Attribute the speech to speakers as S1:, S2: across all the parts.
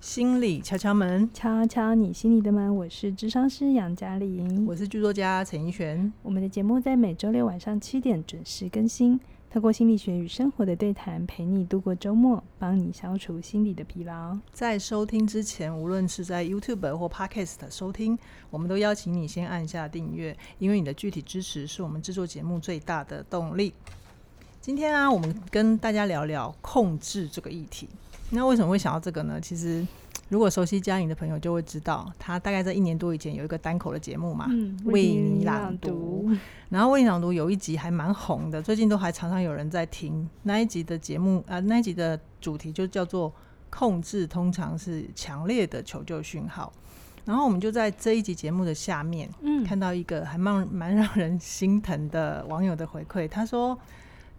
S1: 心理敲敲门，
S2: 敲敲你心里的门，我是智商师杨嘉玲。
S1: 我是剧作家陈奕璇。
S2: 我们的节目在每周六晚上七点准时更新，透过心理学与生活的对谈，陪你度过周末，帮你消除心理的疲劳。
S1: 在收听之前，无论是在 YouTube 或 Podcast 收听，我们都邀请你先按下订阅，因为你的具体支持是我们制作节目最大的动力。今天啊，我们跟大家聊聊控制这个议题。那为什么会想到这个呢？其实，如果熟悉嘉颖的朋友就会知道，她大概在一年多以前有一个单口的节目嘛，
S2: 嗯
S1: 为你朗读。然后《为你朗读》有一集还蛮红的，最近都还常常有人在听那一集的节目啊、那一集的主题就叫做“控制”，通常是强烈的求救讯号。然后我们就在这一集节目的下面
S2: 嗯，
S1: 看到一个还蛮蛮让人心疼的网友的回馈，他说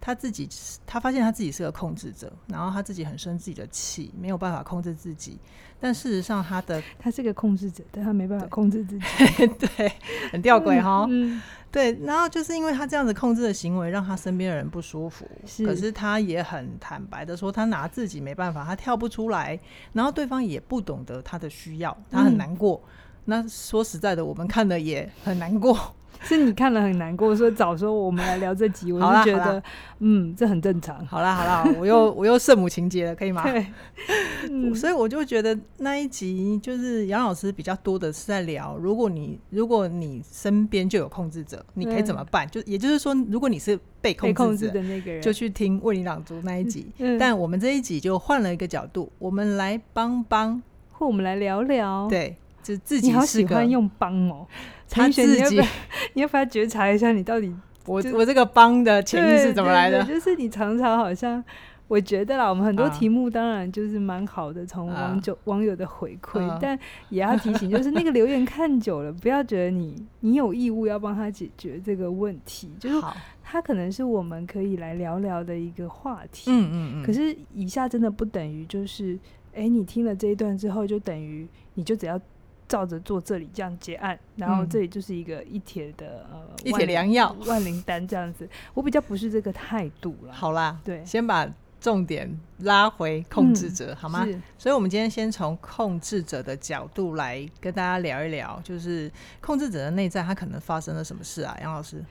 S1: 他自己他发现他自己是个控制者，然后他自己很生自己的气，没有办法控制自己，但事实上他的
S2: 他是个控制者，但他没办法
S1: 对
S2: 控制自己。
S1: 对很吊诡哈、
S2: 嗯，
S1: 对，然后就是因为他这样子控制的行为，让他身边的人不舒服。
S2: 是
S1: 可是他也很坦白的说，他拿自己没办法，他跳不出来，然后对方也不懂得他的需要，他很
S2: 嗯
S1: 难过。那说实在的，我们看了也很难过。
S2: 是你看了很难过，说早说我们来聊这 集，我
S1: 好啦
S2: 是觉
S1: 好啦
S2: 得，嗯，这很正常。
S1: 好啦好啦，我又 我又圣母情节了，可以吗？
S2: 对， 嗯
S1: 所以我就觉得那一集就是杨老师比较多的是在聊，如果你如果你身边就有控制者，你可以怎么办？就也就是说，如果你是被控
S2: 嗯被
S1: 制者，
S2: 控制的那个人，
S1: 就去听为你朗读那一集。
S2: 嗯
S1: 但我们这一集就换了一个角度，我们来帮帮，
S2: 或我们来聊聊。
S1: 对，就自己
S2: 哦你好
S1: 是
S2: 喜
S1: 个
S2: 欢用帮 哦，
S1: 他
S2: 陈奕迅你
S1: 自
S2: 要不
S1: 己
S2: 要， 你要不要觉察一下你到底
S1: 我
S2: 就
S1: 我这个帮的潜意识怎么来的？
S2: 对对对就是你常常好像，我觉得啦，我们很多
S1: 啊
S2: 题目当然就是蛮好的，从网友、网友的回馈，
S1: 啊
S2: 但也要提 醒，就是那个留言看久了，不要觉得你你有义务要帮他解决这个问题，就是
S1: 好，
S2: 他可能是我们可以来聊聊的一个话题。
S1: 嗯嗯嗯。
S2: 可是以下真的不等于就是，哎、你听了这一段之后，就等于你就只要照着做这里这样结案，然后
S1: 嗯
S2: 这里就是一个一帖的呃
S1: 一
S2: 万
S1: 帖良药。
S2: 万灵丹这样子。我比较不是这个态度啦。，
S1: 好啦，
S2: 对嗯
S1: 先把重点拉回控制者，好吗？
S2: 是
S1: 所以，我们今天先从控制者的角度来跟大家聊一聊，就是控制者的内在，他可能发生了什么事啊？杨老师，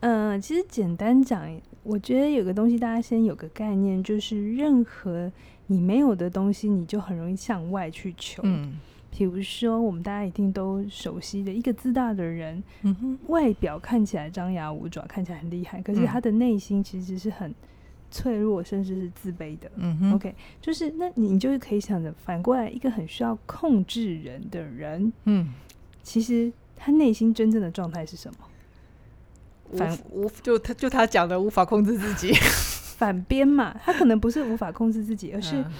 S2: 嗯、其实简单讲，我觉得有个东西大家先有个概念，就是任何你没有的东西，你就很容易向外去求。，
S1: 嗯
S2: 比如说我们大家一定都熟悉的一个自大的人，
S1: 嗯哼，
S2: 外表看起来张牙舞爪，看起来很厉害，可是
S1: 嗯
S2: 他的内心其实是很脆弱，甚至是自卑的。
S1: 嗯哼
S2: OK，就是那你就可以想着，反过来一个很需要控制人的人，
S1: 嗯，
S2: 其实他内心真正的状态是什么？
S1: 无
S2: 反
S1: 无就他就他讲的无法控制自己，
S2: 反边嘛，他可能不是无法控制自己，而 是
S1: 嗯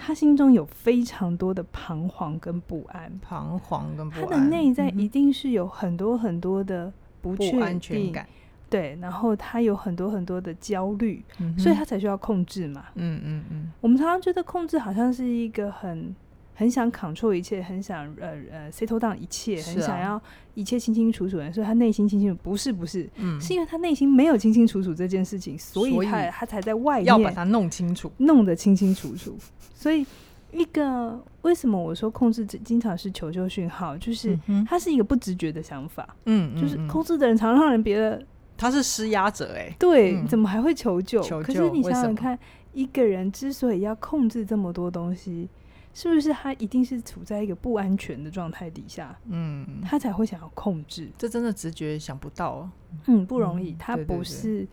S2: 他心中有非常多的彷徨跟不安，
S1: 彷徨跟不
S2: 他
S1: 安，
S2: 的内在
S1: 嗯哼
S2: 一定是有很多很多的不确
S1: 嗯不
S2: 定，
S1: 安全感，
S2: 对，然后他有很多很多的焦虑，
S1: 嗯哼
S2: 所以他才需要控制嘛。
S1: 嗯嗯嗯
S2: 我们常常觉得控制好像是一个很很想 control 一切，很想呃呃 settle down 一切，
S1: 是啊
S2: 很想要一切清清楚楚的，所以他内心清清楚，不是不是，
S1: 嗯，
S2: 是因为他内心没有清清楚楚这件事情，所
S1: 所
S2: 以
S1: 以
S2: 他他才在外
S1: 要把
S2: 面
S1: 它弄清楚，
S2: 弄得清清楚楚。所以一个为什么我说控制只经常是求救讯号，就是
S1: 嗯哼
S2: 它是一个不直觉的想法，
S1: 嗯，嗯
S2: 就是
S1: 嗯
S2: 控制的人常让人别的
S1: 他是施压者哎，
S2: 对，
S1: 嗯
S2: 怎么还会求救？
S1: 求
S2: 可
S1: 救
S2: 是你
S1: 为
S2: 想
S1: 什
S2: 想
S1: 么
S2: 看，一个人之所以要控制这么多东西，是不是他一定是处在一个不安全的状态底下，
S1: 嗯，
S2: 他才会想要控制？
S1: 这真的直觉想不到哦，
S2: 嗯，不容易，
S1: 嗯
S2: 他
S1: 对对对
S2: 不是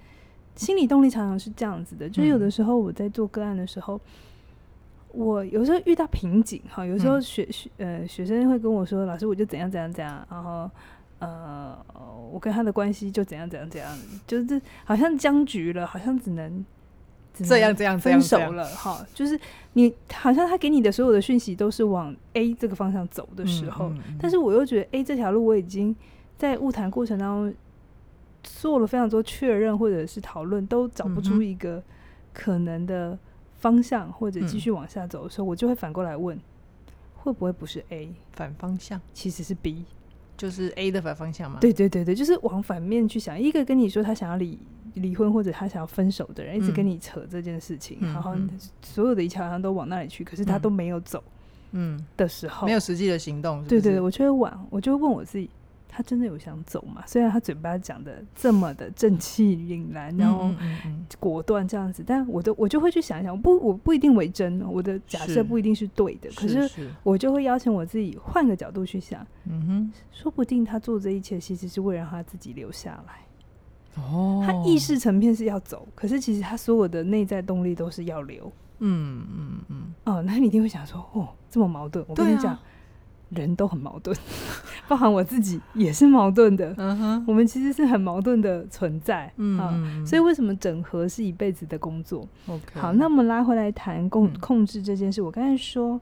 S2: 心理动力，常常是这样子的。就是有的
S1: 嗯
S2: 时候我在做个案的时候。我有时候遇到瓶颈哈，有时候
S1: 嗯
S2: 学学呃学生会跟我说，老师我就怎样怎样怎样，然后呃我跟他的关系就怎样怎样怎样，就是好像僵局了，好像只能只能
S1: 这样这样这样
S2: 分
S1: 这
S2: 手
S1: 样，
S2: 了哈，就是你好像他给你的所有的讯息都是往 A 这个方向走的时候，
S1: 嗯，嗯
S2: 但是我又觉得 A 这条路我已经在物谈过程当中做了非常多确认或者是讨论，都找不
S1: 嗯
S2: 出
S1: 哼
S2: 一个可能的方向或者继
S1: 嗯
S2: 续往下走的时候，我就会反过来问，会不会不是 A，
S1: 反方向
S2: 其实是 B？
S1: 就是 A 的反方向嘛，
S2: 对对对对，就是往反面去想。一个跟你说他想要离离婚或者他想要分手的人，一直跟
S1: 嗯
S2: 你扯这件事情，
S1: 嗯
S2: 然后
S1: 嗯
S2: 所有的一切好像都往那里去，可是他
S1: 嗯
S2: 都没有走。
S1: 嗯，
S2: 的时候，
S1: 没有实际的行动，是不
S2: 对
S1: 是
S2: 对对，我就会往，我就会问我自己，他真的有想走吗？虽然他嘴巴讲的这么的正气凛然，然后
S1: 嗯嗯嗯
S2: 果断这样子，但我都我就会去想一想，我不我不一定为真哦，我的假
S1: 是
S2: 设不一定是对的，
S1: 嗯
S2: 可
S1: 是
S2: 是我就会邀请我自己换个角度去想，
S1: 嗯
S2: 说不定他做这一切其实是为了让他自己留下来。
S1: 哼，哦，
S2: 他意，识层面是要走，可是其实他所有的内在动力都是要留。
S1: 嗯嗯嗯，
S2: 哦，那你一定会想说，哦，这么矛盾。我跟
S1: 对
S2: 你
S1: 啊
S2: 讲，人都很矛盾， 包含我自己也是矛盾的。
S1: 嗯哼，
S2: 我们其实是很矛盾的存在，
S1: 嗯
S2: 啊
S1: 嗯，
S2: 所以为什么整合是一辈子的工作？
S1: 以 OK，
S2: 好，那我们拉回来谈控
S1: 嗯
S2: 控制这件事。我刚才说，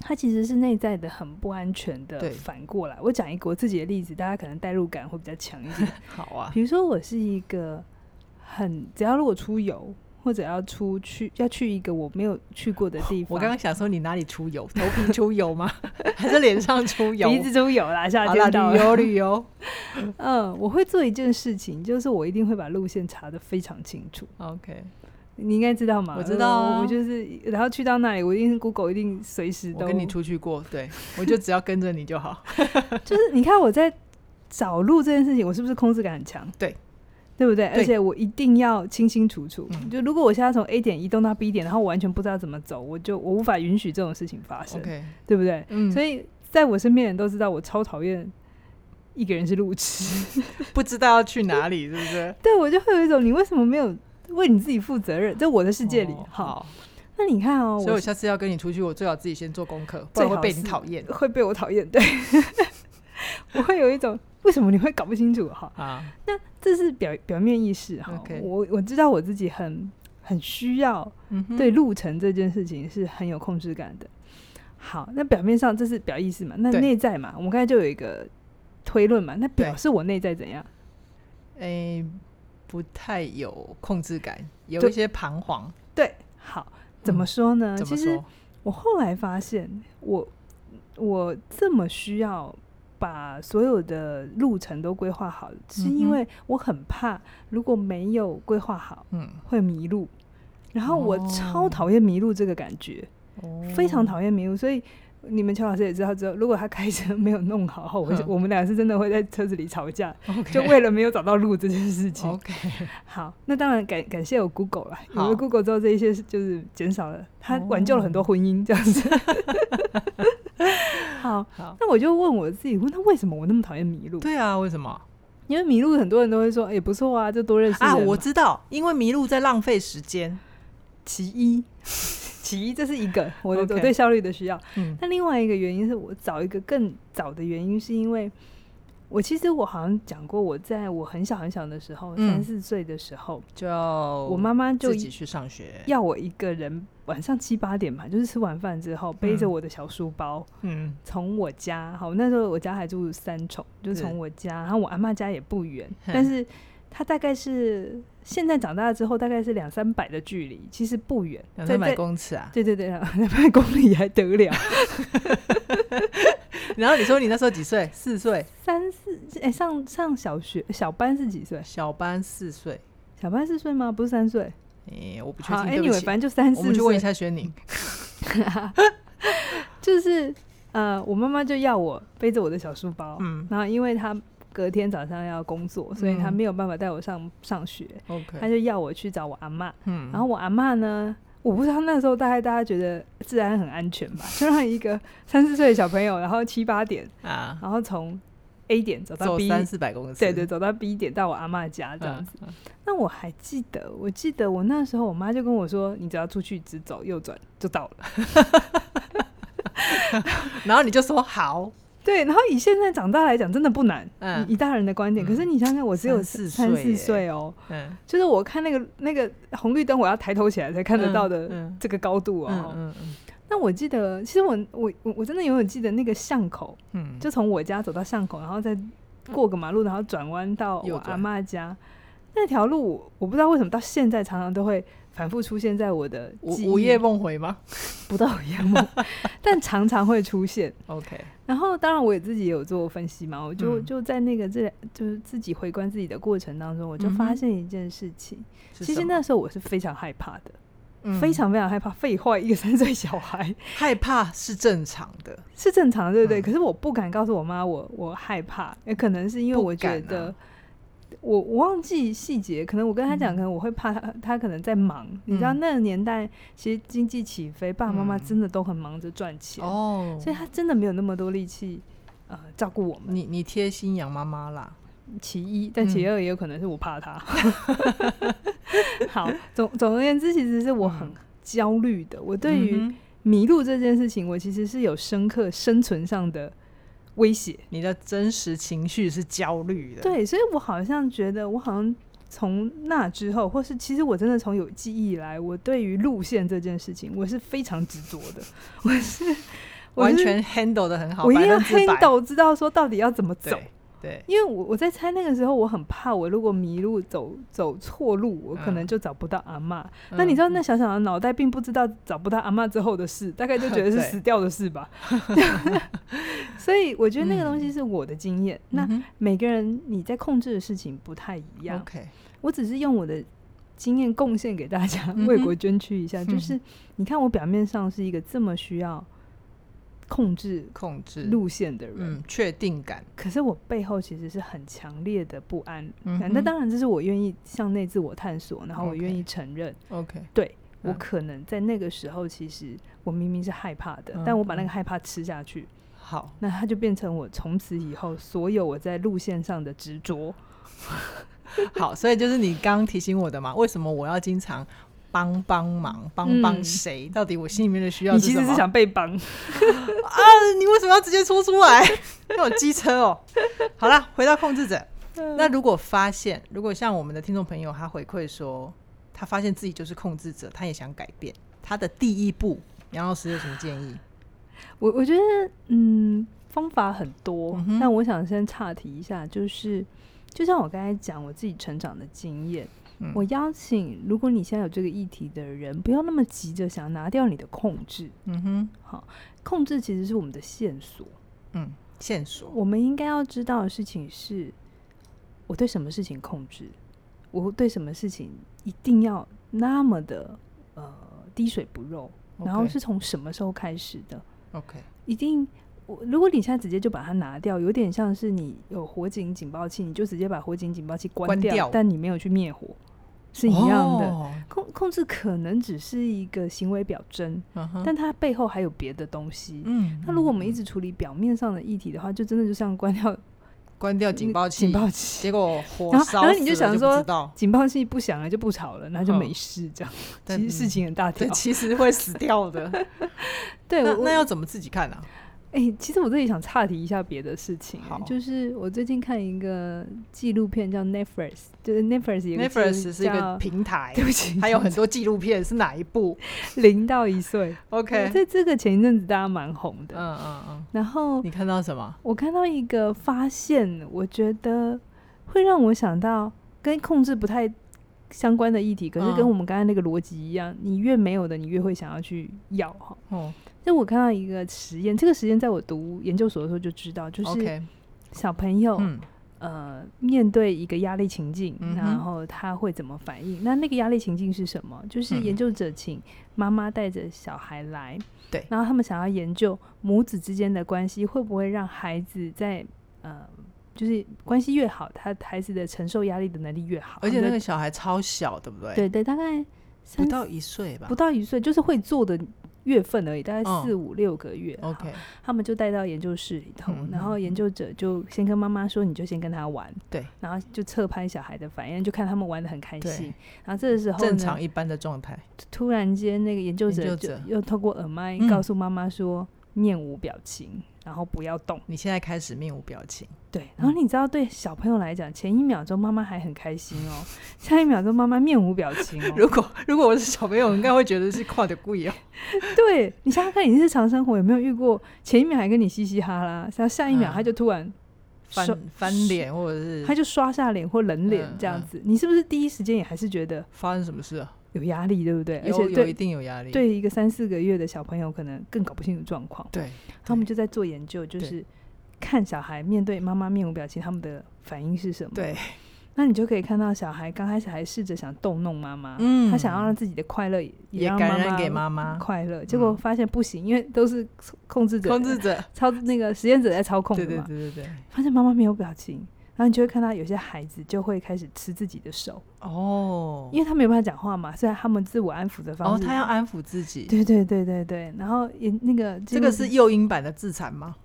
S2: 它其实是内在的很不安全的
S1: 对。
S2: 反过来，我讲一个我自己的例子，大家可能代入感会比较强一 点。
S1: 好啊，
S2: 比如说，我是一个很只要如果出游或者要出去要去一个我没有去过的地方，
S1: 我刚刚想说你哪里出油，头 皮出油吗？ 还是脸上出油？
S2: 鼻子都有啦，夏
S1: 好
S2: 天
S1: 啦，
S2: 到
S1: 旅
S2: 了。
S1: 游旅游
S2: 嗯，我会做一件事情，就是我一定会把路线查得非常清楚。
S1: ，OK，
S2: 你应该知道嘛？呃
S1: 我知道啊
S2: 我我就是，然后去到那里，我一定 Google 一定随时
S1: 我
S2: 都。
S1: 跟你出去过，对我就只要跟着你就好。
S2: 就是你看我在找路这件事情，我是不是控制感很强？
S1: 对，
S2: 对不对？
S1: 对
S2: 而且我一定要清清楚楚。
S1: 嗯
S2: 就如果我现在从 A 点移动到 B 点，然后我完全不知道怎么走，我就我无法允许这种事情发生
S1: OK，
S2: 对不对？
S1: 嗯，
S2: 所
S1: 以
S2: 以在我身边的人都知道，我超讨厌一个人是路痴。
S1: 不知道要去哪里，是不是？
S2: 对我就会有一种你为什么没有为你自己负责任？在我的 世界里，
S1: 哦
S2: 好，，那你看哦，
S1: 所以我下次要跟你出去，我最好自己先做功课，不
S2: 最
S1: 然会
S2: 好
S1: 被你
S2: 是
S1: 讨厌
S2: 我会被我讨厌，对，我会有一种为什么你会搞不清楚哈？
S1: 啊。
S2: 那这是表表面意识哈
S1: OK
S2: 我我知道我自己很很需要
S1: 嗯哼，
S2: 对路程这件事情是很有控制感的。好，那表面上这是表意识嘛？那
S1: 对
S2: 内在嘛，我们刚才就有一个推论嘛，那表
S1: 对
S2: 示我内在怎样？
S1: 诶、不太有控制感，有
S2: 对
S1: 一些彷徨。
S2: 对，好，怎么说呢？
S1: 嗯怎么
S2: 其实
S1: 说？
S2: 我后来发现，我我这么需要把所有的路程都规划好，
S1: 嗯
S2: 是
S1: 哼
S2: 因为我很怕如果没有规划好
S1: 嗯，
S2: 会迷路。然后我超
S1: 哦
S2: 讨厌迷路这个感觉，非常
S1: 哦
S2: 讨厌迷路，所以。你们邱老师也知道，之后如果他开车没有弄好，我就
S1: 嗯
S2: 我们俩是真的会在车子里吵架，
S1: OK，
S2: 就为了没有找到路这件事情。
S1: OK，
S2: 好，那当然感感谢有 Google 啦，有
S1: 好
S2: 了 Google 之后，这一些是就是减少了，它
S1: 哦
S2: 挽救了很多婚姻这 样子。好，
S1: 好，
S2: 那我就问我自己，问他为什么我那么讨厌迷路？
S1: 对啊，为什么
S2: 因为迷路很多人都会说，哎、不错啊，就多认识
S1: 啊？
S2: 人嘛
S1: 我知道，因为迷路在浪费时间。
S2: 其一， 其一这是一个我的
S1: OK
S2: 我对效率的需要。
S1: 嗯
S2: 那另外一个原因是我找一个更早的原因，是因为我其实我好像讲过，我在我很小很小的时候，
S1: 嗯
S2: 三四岁的时候，
S1: 就
S2: 我妈妈就
S1: 自己去上学，
S2: 要我一个人晚上七八点吧，就是吃完饭之后，背着我的小书包
S1: 嗯，
S2: 从、我家，好那时候我家还住三重，就是
S1: 是
S2: 从我家，然后我阿嬷家也不远，
S1: 哼
S2: 但是它大概是现在长大之后大概是两三百的距离，其实不远，
S1: 两
S2: 在
S1: 三百
S2: 在
S1: 公尺啊。
S2: 对对对，两百公里还得了，
S1: 然后你说你那时候几岁？四岁，
S2: 三四哎、上上小学小班是几岁？
S1: 小班四岁。
S2: 小班四岁吗？不是三岁，
S1: 诶、我不确
S2: 好
S1: 定，对不
S2: ，anyway，
S1: 起。
S2: 反正就三
S1: 我
S2: 四
S1: 们去问一
S2: 岁，
S1: 下雪宁。
S2: 就是呃，我妈妈就要我背着我的小书包，
S1: 嗯
S2: 然后因为他隔天早上要工作，所以他
S1: 嗯
S2: 没有办法带我上上学，他
S1: ，OK。
S2: 就要我去找我阿嬷。
S1: 嗯，
S2: 然后我阿嬷呢，我不知道那时候大概大家觉得治安很安全吧，就让一个三四岁的小朋友，然后七八点，
S1: 啊，
S2: 然后从 A 点走到
S1: 走
S2: B，
S1: 三四百公尺，嗯
S2: 对对，，走到 B 点到我阿嬷家这样子。，那我还记得，我记得我那时候我妈就跟我说，你只要出去直走右转就到了。
S1: 然后你就说好，
S2: 对，然后以现在长大来讲，真的不难。
S1: 嗯
S2: 以以大人的观点，可是你想想，我只有
S1: 三四
S2: 三
S1: 岁耶
S2: 四岁哦，
S1: 嗯，
S2: 就是我看那个那个红绿灯，我要抬头起来才看得到
S1: 嗯
S2: 的
S1: 嗯
S2: 这个高度哦。
S1: 嗯嗯
S2: 那我记得，其实我我我我真的永远记得那个巷口，
S1: 嗯，
S2: 就从我家走到巷口，然后再过个马路，然后转弯到
S1: 右
S2: 我阿
S1: 转
S2: 妈家那条路我，我不知道为什么到现在常常都会反复出现在我的记忆
S1: 午午夜梦回吗
S2: 不到午夜梦， 但常常会出现。
S1: ？OK，
S2: 然后，当然我也自己也有做分析嘛，我就、
S1: 嗯
S2: 就在那个这就是自己回观自己的过程当中，我就
S1: 嗯哼
S2: 发现一件事情，
S1: 是
S2: 其
S1: 什
S2: 实
S1: 么
S2: 那时候我是非常害怕的，
S1: 嗯
S2: 非常非常害怕废话，一个三岁小孩
S1: 害怕是正常的，
S2: 是正常的，对不对？
S1: 嗯
S2: 可是我不敢告诉我妈我我害怕，也可能是因为
S1: 不
S2: 我觉
S1: 敢啊
S2: 得。我我忘记细节，可能我跟他讲，可能我会怕他，他可能在忙。你知道
S1: 嗯
S2: 那个年代，其实经济起飞，爸爸妈妈
S1: 嗯
S2: 真的都很忙着赚钱，
S1: 哦
S2: 所以他真的没有那么多力气，呃，照顾我们。
S1: 你你贴心养妈妈啦，
S2: 其一，但
S1: 嗯
S2: 其二也有可能是我怕他。 好，总总而言之，其实是我很焦虑的。我对于
S1: 嗯哼
S2: 迷路这件事情，我其实是有深刻生存上的威胁。
S1: 你的真实情绪是焦虑的，，
S2: 对，所以我好像觉得，我好像从那之后，或是其实我真的从有记忆以来，我对于路线这件事情，我是非常执着的。我是我
S1: 完
S2: 是
S1: 全 handle 的很好，
S2: 我一定要
S1: 百分之百
S2: handle 知道说到底要怎么走。
S1: 对对，
S2: 因为我我在猜那个时候，我很怕我如果迷路走走错路，我可能
S1: 嗯
S2: 就找不到阿嬷。那你知道那小小的脑袋并不知道找不到阿嬷之后的事，大概就觉得 是
S1: 对
S2: 死掉的事吧。 所以我觉得那个东西是我的经验。那
S1: 嗯
S2: 每个人你在控制的事情不太一
S1: 哼
S2: 样，
S1: OK，
S2: 我只是用我的经验贡献给大家，
S1: 嗯
S2: 为
S1: 哼
S2: 国捐躯一下。
S1: 嗯
S2: 就
S1: 哼
S2: 是你看我表面上是一个这么需要控制
S1: 控制，
S2: 路线的人，
S1: 嗯，确定感，
S2: 可是我背后其实是很强烈的不安
S1: 嗯
S2: 感。
S1: 哼
S2: 那、当然，这是我愿意向内自我探索，然后我愿意承认
S1: OK，
S2: 对我
S1: 嗯
S2: 可能在那个时候，其实我明明是害怕的，
S1: 嗯
S2: 但我把那个害怕吃下去，
S1: 好，
S2: 那它就变成我从此以后所有我在路线上的执着。
S1: 好，所以就是你刚刚提醒我的嘛，为什么我要经常帮帮忙，帮帮
S2: 嗯
S1: 谁？到底我心里面的需要
S2: 你
S1: 是
S2: 其
S1: 什
S2: 实
S1: 么？
S2: 是想被帮，
S1: 啊，你为什么要直接说出来？那我机车哦。好啦，回到控制者。
S2: 嗯
S1: 那如果发现，如果像我们的听众朋友，他回馈说，他发现自己就是控制者，他也想改变，他的第一步，杨老师有什么建议？
S2: 我我觉得嗯，方法很多
S1: 嗯，哼
S2: 但我想先岔题一下，就是就像我刚才讲我自己成长的经验。
S1: 嗯
S2: 我邀请，如果你现在有这个议题的人，不要那么急着想拿掉你的控制。
S1: 嗯哼，
S2: 控制其实是我们的线索，
S1: 嗯，线索。
S2: 我们应该要知道的事情是：我对什么事情控制，我对什么事情一定要那么的呃滴水不漏，然后
S1: OK
S2: 是从什么时候开始的？
S1: OK，
S2: 一定，我如果你现在直接就把它拿掉，有点像是你有火警警报器，你就直接把火警警报器关
S1: 关掉
S2: 但你没有去灭火，是一样的。
S1: 哦
S2: 控控制可能只是一个行为表征，
S1: 嗯哼，
S2: 但它背后还有别的东西。
S1: 嗯，
S2: 那如果我们一直处理表面上的议题的话，就真的就像关掉
S1: 嗯关掉警报器，
S2: 嗯警报器，
S1: 结果火
S2: 然后
S1: 烧
S2: 然后
S1: 死
S2: 你就
S1: 了
S2: 想
S1: 不
S2: 说
S1: 知道
S2: 警报器不响了就不吵了，那就
S1: 嗯
S2: 没事这样。
S1: 但
S2: 其实事情很大条
S1: 对，。其实会死掉的。
S2: 对，
S1: 那
S2: 我
S1: 那要怎么自己看啊？
S2: 哎、其实我这里想岔题一下别的事情欸、
S1: 好
S2: 就是我最近看一个纪录片叫 Netflix，就是 Netflix 有
S1: n e
S2: 个
S1: t f l i x 是一个
S2: 叫
S1: 平台
S2: 对，不起，
S1: 还有很多纪录片是哪一部
S2: 零到一岁。
S1: ？OK，
S2: 在这个前一阵子大家蛮红的，
S1: 嗯嗯嗯，
S2: 然后
S1: 你看到什么？
S2: 我看到一个发现，我觉得会让我想到跟控制不太相关的议题，可是
S1: 嗯
S2: 跟我们刚才那个逻辑一样，你越没有的，你越会想要去要哈。
S1: 哦
S2: 就我看到一个实验，这个实验在我读研究所的时候就知道，就是
S1: ，OK，
S2: 小朋友、
S1: 嗯
S2: 呃面对一个压力情境，
S1: 嗯哼
S2: 然后他会怎么反应？那那个压力情境是什么？就是
S1: 嗯
S2: 研究者请妈妈带着小孩来，
S1: 对
S2: 然后他们想要研究母子之间的关系会不会让孩子在呃，就是关系越好，他孩子的承受压力的能力越好，
S1: 而且那
S2: 就
S1: 个小孩超小，对不对？，
S2: 对对，大概
S1: 不
S2: 三
S1: 到一岁吧
S2: 不。到一岁，就是会做的。月份而已，大概
S1: 嗯
S2: 四五六个月。
S1: OK，
S2: 他们就带到研究室里头，
S1: 嗯
S2: 然后研究者就先跟妈妈说：“你就先跟他玩。”
S1: 对，
S2: 然后就侧拍小孩的反应，就看他们玩的很开心
S1: 对。，
S2: 然后这个时候
S1: 正
S2: 呢
S1: 常，一般的状态。
S2: 突然间那个研究者
S1: 研
S2: 就
S1: 究者
S2: 又透过耳麦
S1: 嗯
S2: 告诉妈妈说：“面无表情，然后不要动。
S1: 你现在开始面无表情，”
S2: 对，然后
S1: 嗯
S2: 你知道，对小朋友来讲，前一秒钟妈妈还很开心哦，下一秒钟妈妈面无表情 哦。
S1: 如果如果我是小朋友，应该会觉得是跨的故 意哦。
S2: 对你想想看，你是长生活有没有遇过？前一秒还跟你嘻嘻哈啦，然后下一秒
S1: 嗯
S2: 他就突然
S1: 翻
S2: 手
S1: 翻脸或者是
S2: 他就刷下脸或冷脸
S1: 嗯
S2: 这样
S1: 嗯
S2: 子，你是不是第一时间也还是觉得
S1: 发生什么事啊？
S2: 有压力，对不对？而
S1: 有
S2: 且
S1: 有一
S2: 对
S1: 定有压力。
S2: 对一个三四个月的小朋友，可能更搞不清楚状况。
S1: 对，
S2: 他们就在做研究，就
S1: 对
S2: 是看小孩面对妈妈面无表情，他们的反应是什么？
S1: 对，
S2: 那你就可以看到小孩刚开始还试着想逗弄妈妈，
S1: 嗯
S2: 他想要让自己的快乐也
S1: 也
S2: 让
S1: 感染给
S2: 妈
S1: 妈妈，嗯
S2: 快乐，结果发现不行，因为都是控制者、
S1: 控制者，
S2: 操那个实验者在操控的
S1: 对
S2: 嘛，
S1: 对对对对，
S2: 发现妈妈没有表情，然后你就会看到有些孩子就会开始吃自己的手，
S1: 哦，
S2: 因为他没有办法讲话嘛，所以他们自我安抚的方
S1: 哦，
S2: 式。
S1: 他要安抚自己，
S2: 对对对对对，然后也那个
S1: 这个是诱因版的自残吗？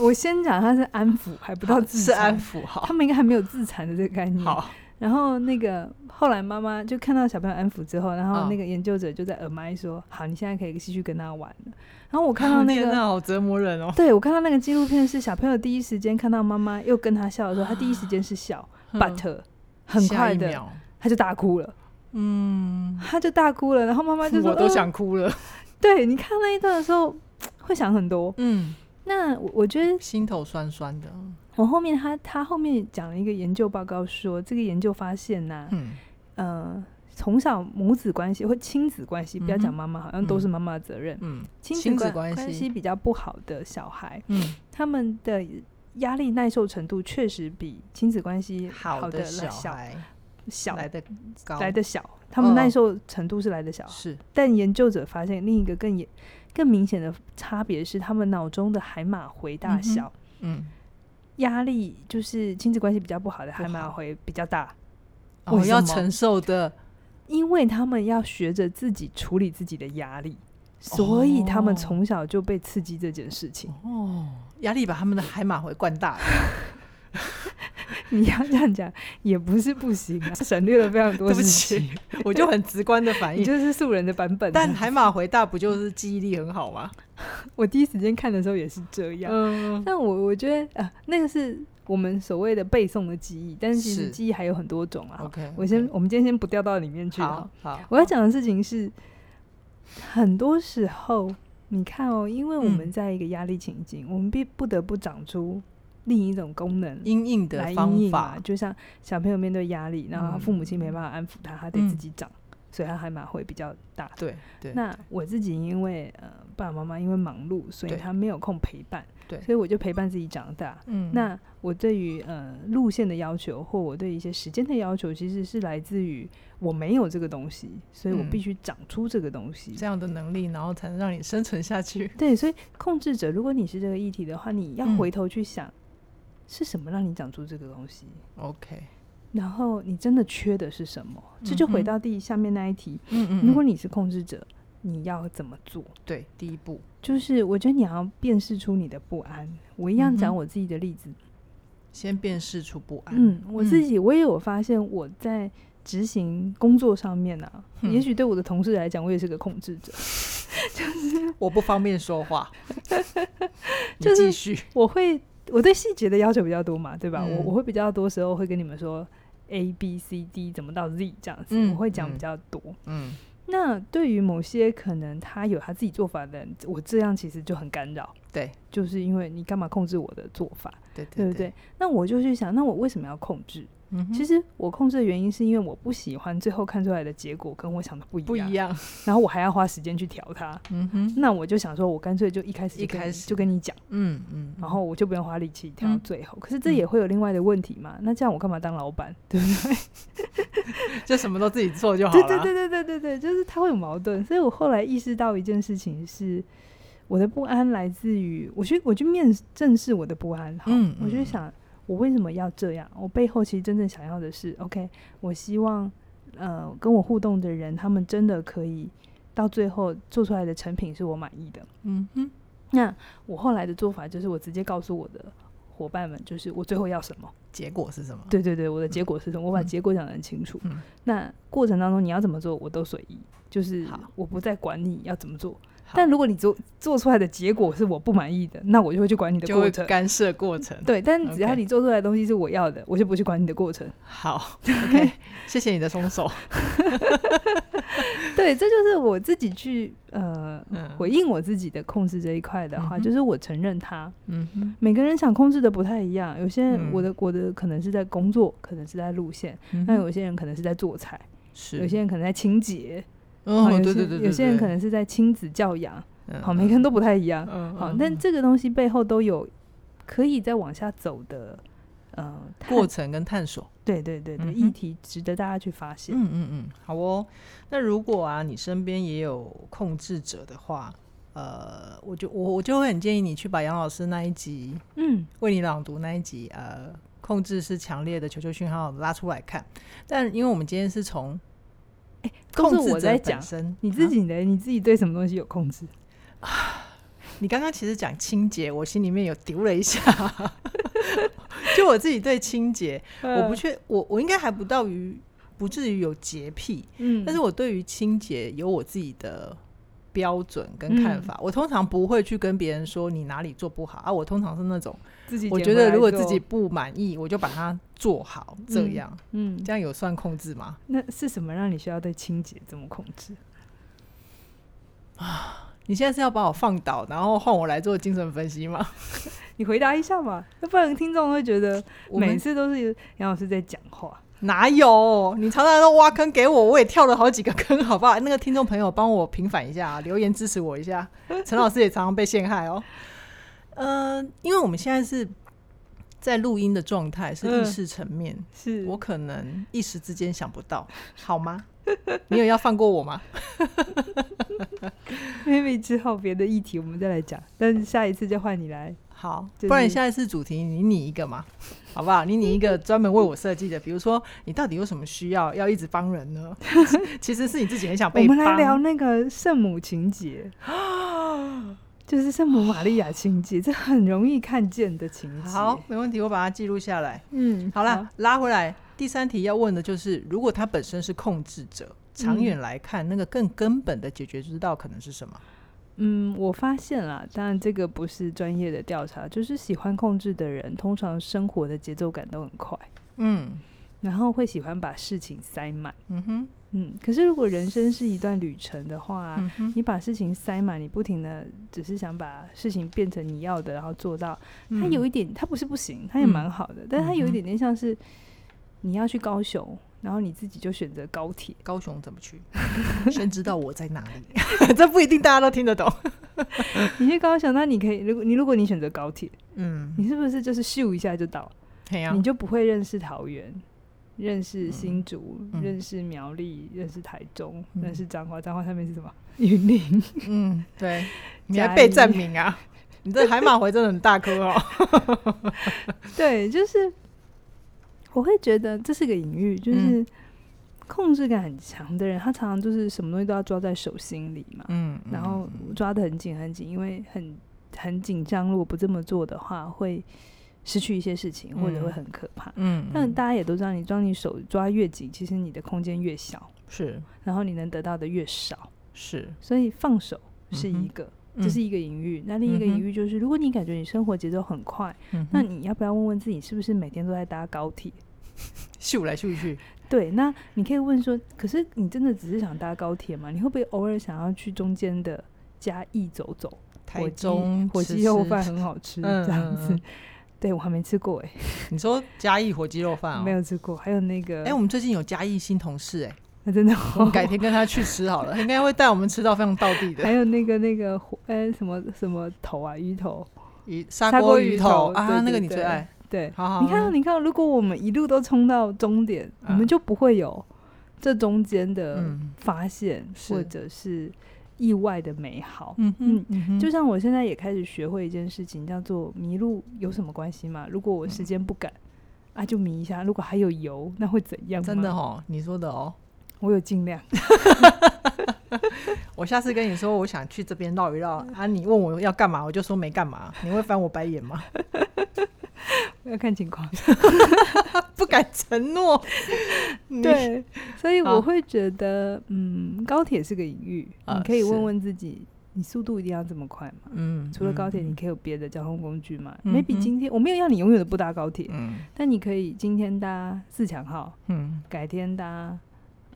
S2: 我先讲，他是安抚，还不到自
S1: 是安
S2: 残，
S1: 抚，好
S2: 他，们应该还没有自残的这个概念。
S1: 好，
S2: 然后那个后来妈妈就看到小朋友安抚之后，然后
S1: 嗯
S2: 那个研究者就在耳麦说：“好，你现在可以继续跟他玩了。”然后我看到 那
S1: 天
S2: 个，
S1: 哪好折磨人哦，
S2: 对我看到那个纪录片是小朋友第一时间看到妈妈又跟他笑的时候，他第一时间是笑、
S1: 嗯
S2: b u t 很
S1: 下
S2: 快
S1: 一
S2: 的
S1: 秒
S2: 他就大哭了，
S1: 嗯，
S2: 他就大哭了。然后妈妈就说：“
S1: 我都
S2: 呃
S1: 哦想哭了，
S2: 对你看那一段的时候，会想很多。
S1: 嗯，
S2: 那我我觉得
S1: 心头酸酸的，
S2: 我后面他他后面讲了一个研究报告说，这个研究发现呐、
S1: 嗯，
S2: 呃，从小母子关系或亲子关系，不要
S1: 嗯哼
S2: 讲妈妈，好像都是妈妈的责任。
S1: 嗯
S2: 亲
S1: 亲子
S2: 子
S1: 关
S2: 关
S1: 系
S2: 关系比较不好的小孩，
S1: 嗯，
S2: 他们的压力耐受程度确实比亲子关系
S1: 好
S2: 的
S1: 的
S2: 小
S1: 小孩
S2: 小
S1: 来的高，
S2: 来的小，他们
S1: 嗯
S2: 耐受程度是来的小。
S1: 是
S2: 但研究者发现另一个更严、更明显的差别是，他们脑中的海马回大
S1: 嗯哼
S2: 小。
S1: 嗯，
S2: 压力就是亲子关系比较不好的
S1: 不好
S2: 海马回比较大，为
S1: 哦，
S2: 什
S1: 要
S2: 么
S1: 承受的
S2: 因为他们要学着自己处理自己的压力，所以他们
S1: 哦
S2: 从小就被刺激这件事情。
S1: 哦，压力把他们的海马回灌大了，
S2: 你要这样讲也不是不行啊，省略了非常多
S1: 对不
S2: 事
S1: 起
S2: 情，啊
S1: 我就很直观的反
S2: 你
S1: 应。
S2: 就是素人的版本啊。
S1: 但海马回大不就是记忆力很好吗？
S2: 我第一时间看的时候也是这样，
S1: 嗯，
S2: 但我我觉得啊，那个是我们所谓的背诵的记忆，但是其实
S1: 是哦
S2: 记忆还有很多种啊。
S1: OK，
S2: 我先，我们今天先不掉到里面去啊
S1: 嗯好。好，
S2: 我要讲的事情是，很多时候你看哦，因为我们
S1: 嗯
S2: 在一个压力情境，我们必不得不长出另一种功能
S1: 阴影的
S2: 来应
S1: 方
S2: 应嘛
S1: 法。
S2: 就像小朋友面对压力，然后他
S1: 嗯
S2: 父母亲没办法安抚他，他得自
S1: 嗯
S2: 己长，所以他海马会比较大。
S1: 对对，
S2: 那我自己因为呃爸爸妈妈因为忙碌，所以
S1: 对
S2: 他没有空陪伴，
S1: 对
S2: 所以我就陪伴自己长大。
S1: 嗯
S2: 那我对于呃路线的要求，或我对一些时间的要求，其实是来自于我没有这个东西，所以我
S1: 嗯
S2: 必须长出这个东西。
S1: 这样的能力，然后才能让你生存下 去。
S2: 对，所以控制者，如果你是这个议题的话，你要
S1: 嗯
S2: 回头去想，是什么让你长出这个东西，
S1: OK，
S2: 然后你真的缺的是什么？这就回
S1: 嗯哼
S2: 到第下面那一题，
S1: 嗯
S2: 如果你是控制者，你要怎么做？
S1: 对第一步
S2: 就是我觉得你要辨识出你的不安。我一样
S1: 嗯
S2: 讲
S1: 哼
S2: 我自己的例子，
S1: 先辨识出不安。
S2: 嗯，我自
S1: 嗯
S2: 己我也有发现，我在执行工作上面啊，
S1: 嗯
S2: 也许对我的同事来讲，我也是个控制者。
S1: 我不方便说 话，你
S2: 就是
S1: 继续。
S2: 我会我对细节的要求比较多嘛，对吧？
S1: 嗯
S2: 我我会比较多时候会跟你们说 A B C D 怎么到 Z 这样子，
S1: 嗯
S2: 我会讲比
S1: 嗯
S2: 较多。
S1: 嗯，
S2: 那对于某些可能他有他自己做法的人，我这样其实就很干扰，
S1: 对
S2: 就是因为你干嘛控制我的做法，
S1: 对
S2: 对
S1: 对
S2: 不对？那我就去想，那我为什么要控制？
S1: 嗯哼，
S2: 其实我控制的原因是因为我不喜欢最后看出来的结果跟我想的不一样，啊
S1: 不一样。
S2: 然后我还要花时间去调它。
S1: 嗯哼，
S2: 那我就想说，我干脆就一开始就
S1: 一
S2: 跟
S1: 开
S2: 你
S1: 始
S2: 就跟你讲，
S1: 嗯嗯，
S2: 然后我就不用花力气调
S1: 嗯
S2: 最后。可是这也会有另外的问题嘛？那这样我干嘛当老板，对不对？
S1: 就什么都自己做就好
S2: 对
S1: 了。
S2: 对对对对对对，就是它会有矛盾。所以我后来意识到一件事情是，我的不安来自于我去我去面正视我的不安。好
S1: 嗯
S2: 我就
S1: 嗯
S2: 想我为什么要这样？我背后其实真正想要的是，OK，我希望呃跟我互动的人，他们真的可以到最后做出来的成品是我满意的。
S1: 嗯哼，
S2: 那我后来的做法就是，我直接告诉我的伙伴们，就是我最后要什么。
S1: 结果是什么？
S2: 对对对，我的结果是什么？我把结果讲得很清楚。
S1: 嗯
S2: 那过程当中你要怎么做，我都随意，就是
S1: 好
S2: 我不再管你要怎么做。
S1: 好
S2: 但如果你做做出来的结果是我不满意的，那我就会去管你的
S1: 就
S2: 过
S1: 会
S2: 程。
S1: 干涉过程。
S2: 对，但只要
S1: OK
S2: 你做出来的东西是我要的，我就不去管你的过程。
S1: 好，OK，谢谢你的松 手。
S2: 对，这就是我自己去呃
S1: 嗯
S2: 回应我自己的控制这一块的话，
S1: 嗯哼
S2: 就是我承认它。
S1: 嗯哼
S2: 每个人想控制的不太一样，有些人
S1: 嗯
S2: 我的、我的可能是在工作，可能是在路线，
S1: 嗯
S2: 那
S1: 哼，
S2: 有些人可能是在做菜，
S1: 是
S2: 有些人可能在清洁，
S1: 哦
S2: 啊，有
S1: 对
S2: 些
S1: 对对对，
S2: 有些人
S1: 对
S2: 可能是在亲子教养，
S1: 嗯
S2: 好，每个人都不太一样，
S1: 嗯
S2: 好，
S1: 嗯
S2: 但
S1: 嗯
S2: 这个东西背后都有可以再往下走的呃，探
S1: 过程跟探索。
S2: 对对对对，
S1: 嗯哼
S2: 议题值得大家去发现。
S1: 嗯嗯嗯，好哦。那如果啊，你身边也有控制者的话，呃，我就我我就会很建议你去把杨老师那一集
S2: 嗯，
S1: 为你朗读那一集，呃，控制是强烈的求救讯号拉出来看。但因为我们今天是从
S2: 都
S1: 控
S2: 是
S1: 制
S2: 我
S1: 者
S2: 在
S1: 本
S2: 讲，
S1: 身，
S2: 你自
S1: 啊、
S2: 己呢？你自己对什么东西有控制？
S1: 你刚刚其实讲清洁，我心里面有丢了一下， 就我自己对清洁，我不
S2: 去，
S1: 确，我我应该还不到于不至于有洁癖，
S2: 嗯
S1: 但是我对于清洁有我自己的标准跟看
S2: 嗯
S1: 法。我通常不会去跟别人说你哪里做不好啊，我通常是那种
S2: 自己
S1: 我
S2: 捡
S1: 觉
S2: 回
S1: 得
S2: 来
S1: 如果
S2: 做
S1: 自己，不满意，我就把它做好，这
S2: 嗯
S1: 样、
S2: 嗯，
S1: 这样有算控制吗？
S2: 那是什么让你需要对清洁这么控制？
S1: 你现在是要把我放倒，然后换我来做精神分析吗？
S2: 你回答一下嘛，要不然听众会觉得
S1: 我
S2: 每
S1: 们
S2: 次都是杨老师在讲话。
S1: 哪有？你常常都挖坑给我，我也跳了好几个坑，好不好？那个听众朋友帮我平反一下、啊，留言支持我一下。 陈老师也常常被陷害哦。嗯、因为我们现在是在录音的状态，是意识层面，
S2: 是
S1: 我可能一时之间想不到，好吗？ 你有要放过我吗？
S2: maybe 之后别的议题我们再来讲，但是下一次就换你来。
S1: 好，
S2: 就是
S1: 不然下一次主题你拟一个 嘛，好不好？你拟一个专门为我设计的，比如说你到底有什么需要要一直帮人呢？ 其实是你自己很想
S2: 我
S1: 被
S2: 们来
S1: 帮。
S2: 聊那个圣母情 节就是圣母玛利亚情节，这很容易看见的情节。
S1: 好，，没问题，我把它记录下来。
S2: 嗯，
S1: 好啦，拉回来，第三题要问的就是，如果他本身是控制者，
S2: 嗯
S1: 长远来看，那个更根本的解决之道可能是什么？
S2: 嗯，我发现啦，当然这个不是专业的调查，就是喜欢控制的人，通常生活的节奏感都很快，
S1: 嗯
S2: 然后会喜欢把事情塞满。
S1: 嗯哼
S2: 嗯，可是如果人生是一段旅程的话，
S1: 嗯哼，
S2: 你把事情塞满，你不停的只是想把事情变成你要的，然后做到，它
S1: 嗯
S2: 有一点，它不是不行，它也蛮好的，但它有一点点像是你要去高雄，然后你自己就选择高铁，
S1: 高雄怎么 去？先知道我在哪里， 这不一定大家都听得懂。
S2: 你去高雄，那你可以，如果你如果你选择高铁，
S1: 嗯，
S2: 你是不是就是咻一下就到，
S1: 嘿呀
S2: 你，就不会认识桃园。认识新竹，
S1: 啊嗯
S2: 认识苗栗，认识台中，
S1: 嗯
S2: 认识彰化。彰化上面是什么？ 云林。
S1: 嗯，对，你
S2: 嘉
S1: 还被
S2: 义
S1: 证明啊？ 你这海马回真的很大 颗哦。
S2: 对，就是我会觉得这是个隐喻，
S1: 嗯
S2: 就是控制感很强的人，他常常就是什么东西都要抓在手心里嘛，
S1: 嗯，
S2: 然后抓得很紧很紧，因为很很紧张，如果不这么做的话，会失去一些事情，或者会
S1: 嗯
S2: 很可怕。
S1: 嗯，
S2: 但
S1: 嗯
S2: 大家也都知道，你抓你手抓越紧，其实你的空间越小，
S1: 是
S2: 然后你能得到的越少，
S1: 是，
S2: 所以放手是
S1: 嗯
S2: 一
S1: 哼
S2: 个，
S1: 嗯
S2: 这是一个隐喻。那另一个
S1: 嗯
S2: 隐
S1: 哼
S2: 喻就是，如果你感觉你生活节奏很快，
S1: 嗯
S2: 那
S1: 哼
S2: 你要不要问问自己，是不是每天都在搭高铁？
S1: 秀来秀去，
S2: 对，那你可以问说，可是你真的只是想搭高铁吗？你会不会偶尔想要去中间的嘉义走走？
S1: 台
S2: 火鸡
S1: 中
S2: 火
S1: 吃
S2: 鸡肉
S1: 吃
S2: 饭很好吃，
S1: 嗯
S2: 这样
S1: 嗯
S2: 子。
S1: 嗯
S2: 对我还没吃过哎、
S1: 你说嘉义火鸡肉饭、哦、
S2: 没？有吃过。还有那个，
S1: 哎、我们最近有嘉义新同事、哎，
S2: 那真的
S1: 我
S2: 好
S1: 们。改天跟他去吃好了，他应该会带我们吃到非常道地 的
S2: 还有那个那个火哎什么什么头啊鱼头，
S1: 鱼砂
S2: 砂
S1: 锅
S2: 锅
S1: 鱼
S2: 鱼
S1: 头
S2: 头
S1: 啊，
S2: 对
S1: 那
S2: 对
S1: 个你最
S2: 对
S1: 爱。
S2: 对，
S1: 好好，
S2: 你看到你看到，如果我们一路都冲到终点，我
S1: 哦嗯
S2: 们就不会有这中间的
S1: 嗯
S2: 发现、
S1: 是
S2: 或者是意外的美好。
S1: 嗯嗯
S2: 嗯
S1: 嗯哼，
S2: 就像我现在也开始学会一件事情，叫做迷路有什么关系吗？如果我时间不赶、啊，就迷一下。如果还有油，那会怎
S1: 嗯
S2: 样？
S1: 真的，哦，你说的哦。
S2: 我有尽量。
S1: 我下次跟你说，我想去这边绕一绕啊！你问我要干嘛，我就说没干嘛。你会翻我白眼吗？
S2: 要看情况，
S1: 不敢承诺。你，
S2: 对，所以
S1: 好
S2: 我会觉得，嗯，高铁是个隐喻，
S1: 啊
S2: 你可以
S1: 是
S2: 问问自己，你速度一定要这么快吗？
S1: 嗯
S2: 除了高铁，
S1: 嗯
S2: 你可以有别的交通工具吗、
S1: 嗯
S2: m a y b
S1: 哼
S2: e 今天我没有要你永远的不搭高铁，
S1: 嗯
S2: 但你可以今天搭四强号，
S1: 嗯
S2: 改天搭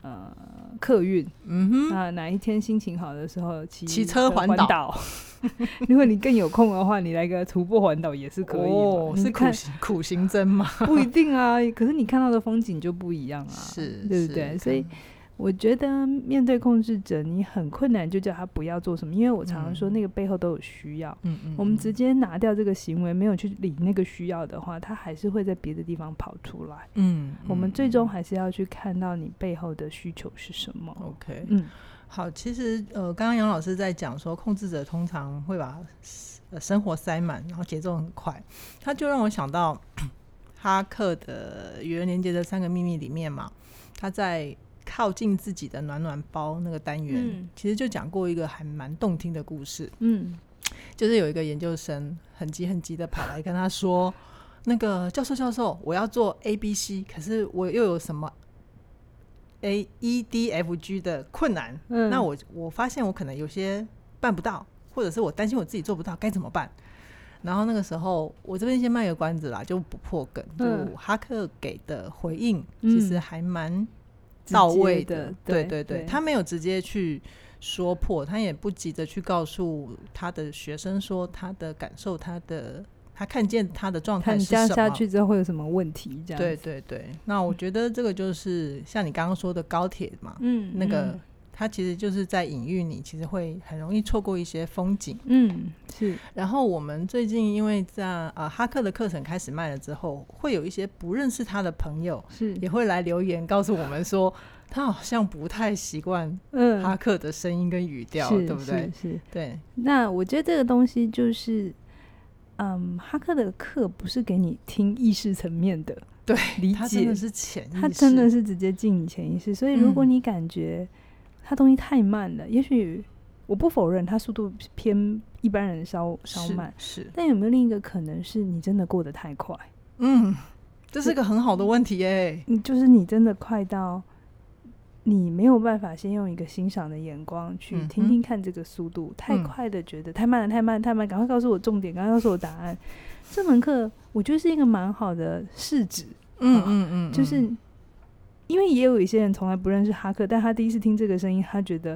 S2: 呃客运，
S1: 嗯哼，
S2: 那哪一天心情好的时候骑
S1: 骑车
S2: 车
S1: 环岛
S2: 岛。 如果你更有空的话，你来个徒步环岛也是可以嘛。
S1: 哦，
S2: 你
S1: 是苦
S2: 看
S1: 行苦行僧吗？
S2: 啊不一定啊，可是你看到的风景就不一样啊，对不对？所以，我觉得面对控制者，你很困难，就叫他不要做什么，因为我常常说
S1: 嗯
S2: 那个背后都有需要。
S1: 嗯嗯
S2: 我们直接拿掉这个行为，没有去理那个需要的话，他还是会在别的地方跑出来。
S1: 嗯，
S2: 我们
S1: 嗯
S2: 最终
S1: 嗯
S2: 还是要去看到你背后的需求是什么。
S1: OK，
S2: 嗯，
S1: 好，其实呃，刚刚杨老师在讲说，控制者通常会把、呃、生活塞满，然后节奏很快，他就让我想到哈克的《与人连接的三个秘密》里面嘛，他在靠近自己的暖暖包那个单元，
S2: 嗯
S1: 其实就讲过一个还蛮动听的故事，
S2: 嗯，
S1: 就是有一个研究生很急很急的跑来跟他说：“ 那个教授教授，我要做 A B C，可是我又有什么 A E D F G 的困难？
S2: 嗯
S1: 那我我发现我可能有些办不到，或者是我担心我自己做不到，该怎么办？”然后那个时候，我这边先卖个关子啦，就不破梗。
S2: 嗯
S1: 就哈克给的回应，
S2: 嗯
S1: 其实还蛮
S2: 直
S1: 到
S2: 接
S1: 位
S2: 的，
S1: 对
S2: 对
S1: 对，
S2: 对
S1: 他没有直接去说破，他也不急着去告诉他的学生说他的感受，他的他看见他的状态
S2: 看你
S1: 是
S2: 这样
S1: 什
S2: 下
S1: 么。
S2: 去之后会有什么问题？这样
S1: 对
S2: 子，
S1: 对对，那我觉得这个就是像你刚刚说的高铁嘛，
S2: 嗯，
S1: 那个它其实就是在隐喻你，其实会很容易错过一些风景。
S2: 嗯，嗯，是，
S1: 然后我们最近因为在呃哈克的课程开始卖了之后，会有一些不认识他的朋友
S2: 是，
S1: 也会来留言告诉我们说，他好像不太习惯
S2: 嗯，
S1: 哈克的声音跟语调，
S2: 是
S1: 对不对？
S2: 是是。
S1: 对，
S2: 那我觉得这个东西就是，嗯，哈克的课不是给你听意识层面的
S1: 对
S2: 理
S1: 他真
S2: 解
S1: 的，是潜意识，
S2: 他真的是直接进你潜意识。所以如果
S1: 嗯
S2: 你感觉他东西太慢了，也许我不否认他速度偏一般人稍稍
S1: 是
S2: 慢，
S1: 是，
S2: 但有没有另一个可能是你真的过得太快？
S1: 嗯，这是个很好的问题耶。
S2: 嗯，就是你真的快到你没有办法先用一个欣赏的眼光去
S1: 嗯哼
S2: 听听看这个速度，太
S1: 嗯
S2: 快的觉得太慢了，太慢了，太慢了，赶快告诉我重点，赶快告诉我答案。这门课我觉得是一个蛮好的试纸，
S1: 嗯
S2: 好
S1: 嗯嗯，
S2: 就是因为也有一些人从来不认识哈克，但他第一次听这个声音，他觉得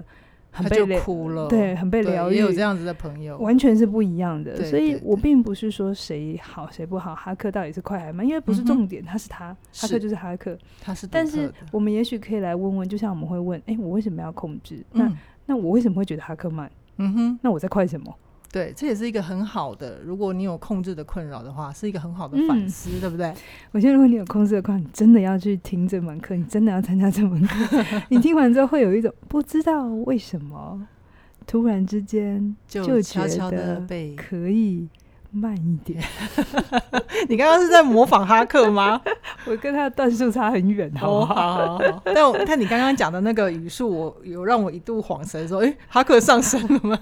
S2: 很
S1: 他
S2: 被
S1: 就
S2: 疗，
S1: 哭了，
S2: 对，很被
S1: 对，
S2: 疗
S1: 也
S2: 愈，
S1: 有这样子的朋友，
S2: 完全是不一样的。
S1: 对
S2: 所以
S1: 对
S2: 我
S1: 对
S2: 并不是说谁好谁不好，哈克到底是快还慢，因为不是
S1: 嗯哼
S2: 重点，他是他，哈克
S1: 是
S2: 就是哈克。
S1: 他是独
S2: 但
S1: 特
S2: 是
S1: 的，
S2: 我们也许可以来问问，就像我们会问，哎、我为什么要控制？那
S1: 嗯
S2: 那我为什么会觉得哈克慢？
S1: 嗯哼，
S2: 那我在快什么？
S1: 对，这也是一个很好的，如果你有控制的困扰的话，是一个很好的
S2: 嗯
S1: 反思，对不对？
S2: 我觉得如果你有控制的话，你真的要去听这门课，你真的要参加这门课。 你听完之后会有一种不知道为什么突然之间就
S1: 就
S2: 觉
S1: 悄悄的
S2: 得
S1: 被，
S2: 可以慢一 点。
S1: 你刚刚是在模仿哈克 吗？
S2: 我跟他的段数差很远，好不
S1: 哦，
S2: 好？
S1: 好好好。但我看你刚刚讲的那个语速，我有让我一度恍神，说：“诶，哈克上身了吗？”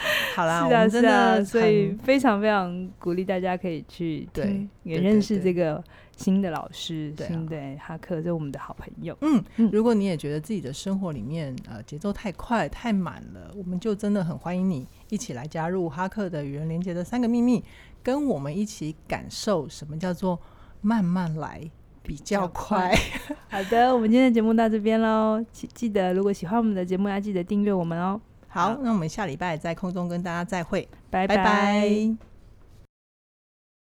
S1: 好啦，
S2: 是
S1: 我
S2: 啊，
S1: 们
S2: 是
S1: 真的
S2: 啊，
S1: 很，
S2: 所以非常非常鼓励大家可以去
S1: 对
S2: 听，也
S1: 对对
S2: 认识
S1: 对
S2: 这个新的老师，
S1: 对啊
S2: 新的哈克，这是我们的好朋友。
S1: 嗯
S2: 嗯，
S1: 如果你也觉得自己的生活里面呃节奏太快太满了，我们就真的很欢迎你一起来加入哈克的与人连接的三个秘密，跟我们一起感受什么叫做慢慢来。比较快，
S2: 好的，我们今天的节目到这边喽，记记得如果喜欢我们的节目，要记得订阅我们哦，
S1: 好，那我们下礼拜在空中跟大家再会，
S2: 拜
S1: 拜拜